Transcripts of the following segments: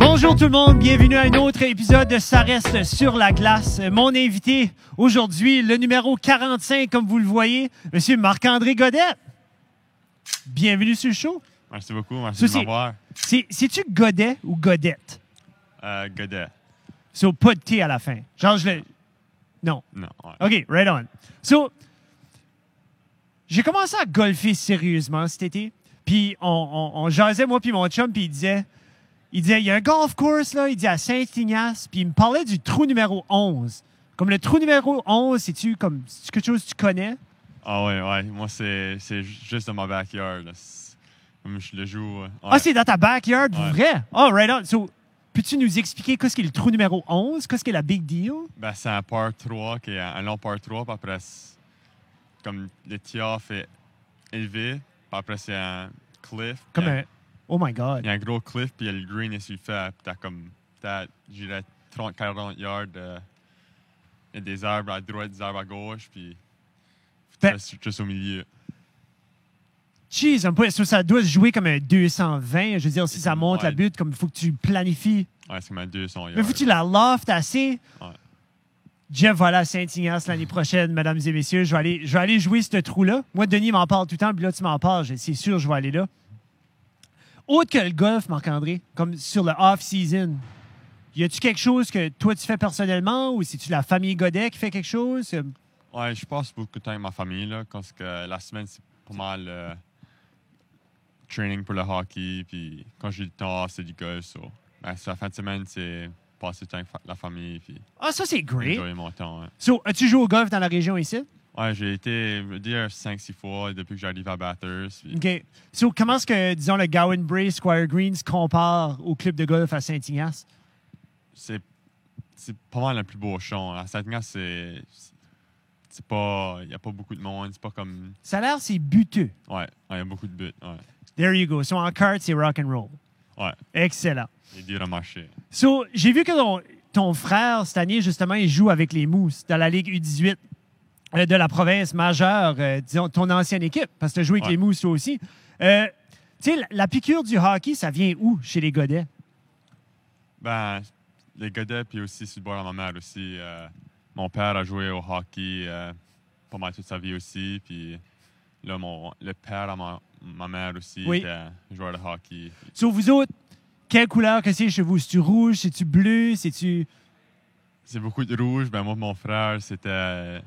Bonjour tout le monde, bienvenue à un autre épisode de Ça reste sur la glace. Mon invité aujourd'hui, le numéro 45, comme vous le voyez, Monsieur Marc-André Godet. Bienvenue sur le show. Merci beaucoup, merci Ceci- de m'avoir. C'est- C'est-tu Godet ou Godette? Euh, Godet. So, pas de T à la fin. Genre, je le... Non. Non, ouais. OK, right on. So, j'ai commencé à golfer sérieusement cet été. Puis on, on, on jasait, moi puis mon chum, puis il disait, il disait, il y a un golf course, là, il dit à Saint-Ignace, puis il me parlait du trou numéro 11. Comme le trou numéro 11, c'est-tu comme c'est-tu quelque chose que tu connais? Ah ouais, ouais. Moi, c'est c'est ju- juste dans ma backyard. là. C'est- Comme je le joue. ouais. Ah, c'est dans ta backyard, pour Ouais. vrai? Oh, right on. So, peux-tu nous expliquer qu'est-ce qu'est le trou numéro 11? Qu'est-ce qu'est la big deal? Ben, c'est un par 3, qui est un un long par 3, puis après, c'est- comme le tee-off est élevé, puis après, c'est un cliff. puis Comme il y a- un... Oh my Il God. y a un gros cliff, puis il y a le green est sur le fait, puis t'as comme, t'as, je dirais, 30-40 yards. de- Il y a des arbres à droite, des arbres à gauche, puis Ben- t'es juste au milieu. Jeez, un peu, so, ça doit se jouer comme un 220. Je veux dire, si ça monte la Ouais. butte, comme il faut que tu planifies Ouais, c'est comme un 200 yards. Mais faut-tu la loft assez? Ouais. Jeff, voilà, Saint-Ignace l'année prochaine, mesdames et messieurs. Je vais aller, je vais aller jouer ce trou-là. Moi, Denis m'en parle tout le temps, puis là, tu m'en parles. j'ai- C'est sûr, je vais aller là. Autre que le golf, Marc-André, comme sur le off-season, y a-tu quelque chose que toi, tu fais personnellement ou si tu la famille Godet qui fait quelque chose? Euh, Ouais, je passe beaucoup de temps avec ma famille, là, parce que la semaine, c'est pas mal euh, training pour le hockey, puis quand j'ai du temps off, c'est du golf, so. Ben, sur la fin de semaine, c'est passer du temps avec fa- la famille, puis Ah, ça, c'est great. enjoyer mon temps. ouais. So, as-tu joué au golf dans la région ici? Ouais, j'ai été, je veux dire, 5-6 fois depuis que j'arrive à Bathurst. puis- OK. So, comment est-ce que, disons, le Gowan Bray Squire Green se compare au club de golf à Saint-Ignace? c'est c'est pas mal le plus beau champ. hein. À Saint-Ignace, c'est c'est pas il y a pas beaucoup de monde, c'est pas comme Ça a l'air, c'est buteux. ouais, il y a beaucoup de buts, ouais. There you go. So en carte, c'est rock and roll. Ouais, Excellent. il est dur à marcher. So, j'ai vu que ton, ton frère, cette année, justement, il joue avec les Mousses dans la Ligue U18 euh, de la province majeure, euh, disons, ton ancienne équipe, parce que tu as joué avec Ouais. les Mousses toi aussi. Euh, tu sais, la, la piqûre du hockey, ça vient où chez les Godets? Ben les godets puis aussi sur le bord de ma mère aussi euh, mon père a joué au hockey euh, pas mal toute sa vie aussi puis là mon le père à ma, ma mère aussi Oui. était joueur de hockey. So, vous autres, quelle couleur que c'est chez vous? C'est-tu rouge? C'est-tu bleu? C'est-tu... C'est beaucoup de rouge, ben moi mon frère c'était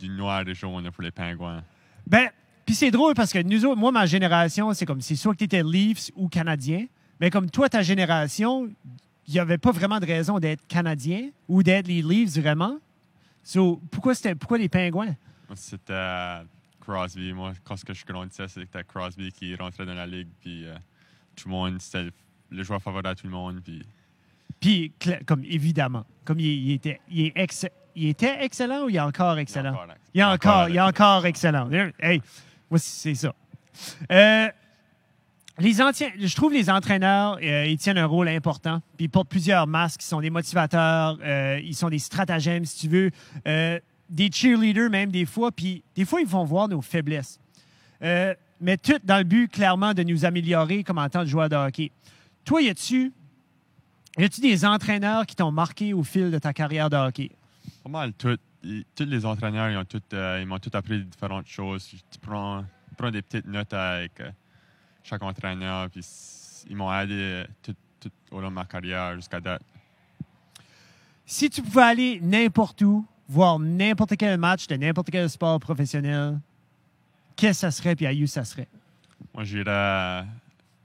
du noir et jaune pour les pingouins. Ben, puis c'est drôle parce que nous autres, moi, ma génération, c'est comme si soit que tu étais Leafs ou Canadien, mais comme toi, ta génération, il n'y avait pas vraiment de raison d'être Canadien ou d'être les Leafs vraiment. So, pourquoi, c'était, pourquoi les Pingouins? Moi, C'était Crosby. Moi, quand ce que je connaissais, c'était Crosby qui rentrait dans la ligue. Puis euh, tout le monde, c'était le, le joueur favori à tout le monde. Puis Puis, cla- comme évidemment, comme il, il était, il, est ex- il était excellent ou il est encore excellent? encore ex- Il est il est encore euh, encore, il est ex- encore excellent. There- Hey, moi, c'est c'est ça. Euh, les anciens, je trouve les entraîneurs, euh, ils tiennent un rôle important. Puis ils portent plusieurs masques. Ils sont des motivateurs, euh, ils sont des stratagèmes, si tu veux, euh, des cheerleaders même des fois. Puis des fois, ils vont voir nos faiblesses. Euh, mais tout dans le but, clairement, de nous améliorer comme en tant que joueur de hockey. Toi, y a-tu y a-tu des entraîneurs qui t'ont marqué au fil de ta carrière de hockey? pas mal tout. ils- Tous les entraîneurs, ils, ont tout, euh, ils m'ont tout appris différentes choses. Tu prends, tu prends des petites notes avec euh, chaque entraîneur. Puis s- ils m'ont aidé euh, tout, tout au long de ma carrière jusqu'à date. Si tu pouvais aller n'importe où, voir n'importe quel match de n'importe quel sport professionnel, qu'est-ce que ça serait puis à où ça serait? Moi, j'irais euh,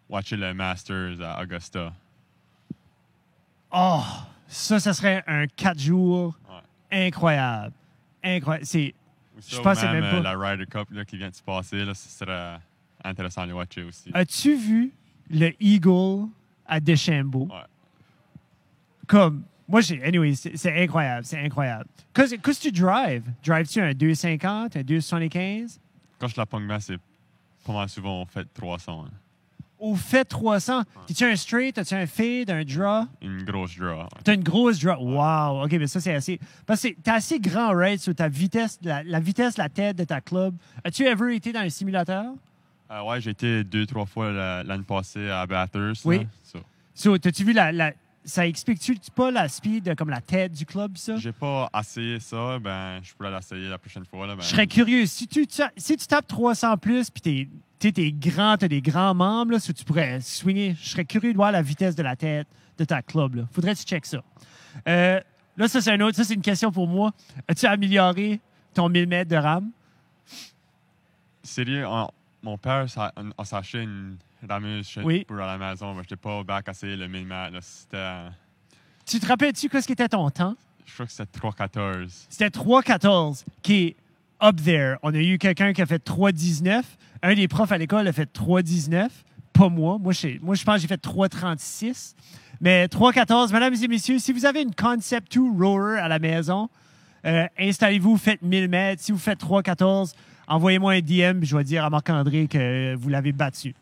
watcher le Masters à Augusta. Oh, ça, ça serait un quatre jours Ouais. incroyable. Incroyable. C'est Ou Je ça, ou pense que c'est même même euh, pas- la Ryder Cup là, qui vient de se passer. Là, ce serait intéressant à les watcher aussi. As-tu vu le Eagle à Deschambault? Ouais. Comme, moi, j'ai. Anyway, c'est c'est incroyable, c'est incroyable. Qu'est-ce qu'est-ce que tu drives? Drives-tu un 2,50, un 2,75? Quand je la pogne bien, c'est pas mal souvent on fait 300. hein. Au fait 300, es-tu un straight, as-tu un fade, un draw? Une grosse draw. ouais. T'as une grosse drop. Wow! OK, mais ça, c'est assez. Parce que t'as assez grand raid sur ta vitesse, la, la vitesse, la tête de ta club. As-tu ever été dans un simulateur? Euh, ouais, j'ai été deux, trois fois la- l'année passée à Bathurst. Oui. là, so. So, t'as-tu vu la, la- ça explique-tu pas la speed, comme la tête du club, ça? J'ai pas essayé ça, ben je pourrais l'essayer la prochaine fois. Là, ben, Je serais curieux. Si tu, ta- si tu tapes 300 plus, puis t'es t'es- t'es grand, t'as des grands membres, là, si tu pourrais swinguer, je serais curieux de voir la vitesse de la tête de ta club. Là. Faudrait que tu checkes ça. Euh, là, ça, c'est un autre. Ça, c'est une question pour moi. As-tu amélioré ton 1000 mètres de rame? Sérieux, on- mon père ça- on- on s'est acheté une rameuse chez- Oui. pour la maison, mais j'étais pas au bac à essayer le 1000 mètres. là, C'était, euh, Tu te rappelles-tu qu'est-ce qui était ton temps? je crois que c'était 3,14. C'était 3-14 qui est up there. On a eu quelqu'un qui a fait 3-19. Un des profs à l'école a fait 3-19. Pas moi. Moi, je, moi, je pense que j'ai fait 3-36. Mais 3-14, mesdames et messieurs, si vous avez une Concept 2 Rower à la maison, euh, installez-vous, faites 1000 mètres. Si vous faites 3-14, envoyez-moi un DM. puis Je vais dire à Marc-André que vous l'avez battu.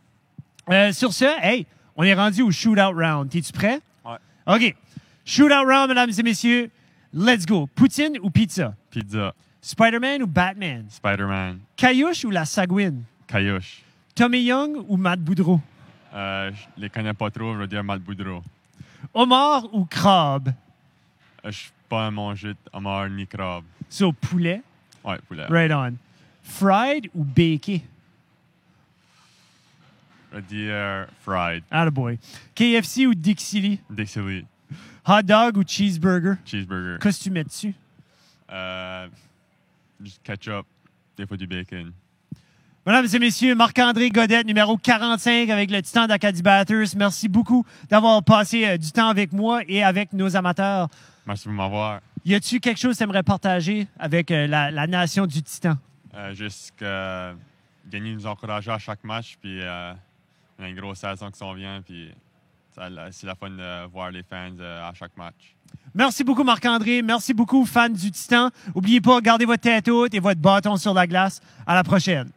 Euh, sur ce, hey, on est rendu au shootout round. T'es-tu prêt? Ouais. OK. Shootout round, mesdames et messieurs. Let's go. Poutine ou pizza? Pizza, Spider-Man ou Batman? Spider-Man, Caillouche ou la Sagouine? Caillouche. Tommy Young ou Matt Boudreau? Euh, je les connais pas trop, je veux dire Matt Boudreau. Omar ou crabe? Euh, Je suis pas un manger de homard ni crabe. So, poulet. Ouais, poulet. Right on. Fried ou baké? Je veux dire fried, Attaboy. KFC ou Dixili? Dixie Lee, Hot dog ou cheeseburger? cheeseburger, Qu'est-ce que tu mets dessus? euh, juste ketchup, des fois du bacon. Mesdames et messieurs, Marc-André Godette, numéro 45 avec le Titan d'Acadie Batters. Merci beaucoup d'avoir passé euh, du temps avec moi et avec nos amateurs. Merci pour m'avoir. Y a-tu quelque chose que tu aimerais partager avec euh, la, la nation du Titan? Euh, juste que Gagné nous encourager à chaque match, puis euh, on a une grosse saison qui s'en vient, puis ça, là, c'est la fun de voir les fans euh, à chaque match. Merci beaucoup, Marc-André. Merci beaucoup, fans du Titan. Oubliez pas, gardez votre tête haute et votre bâton sur la glace. À la prochaine.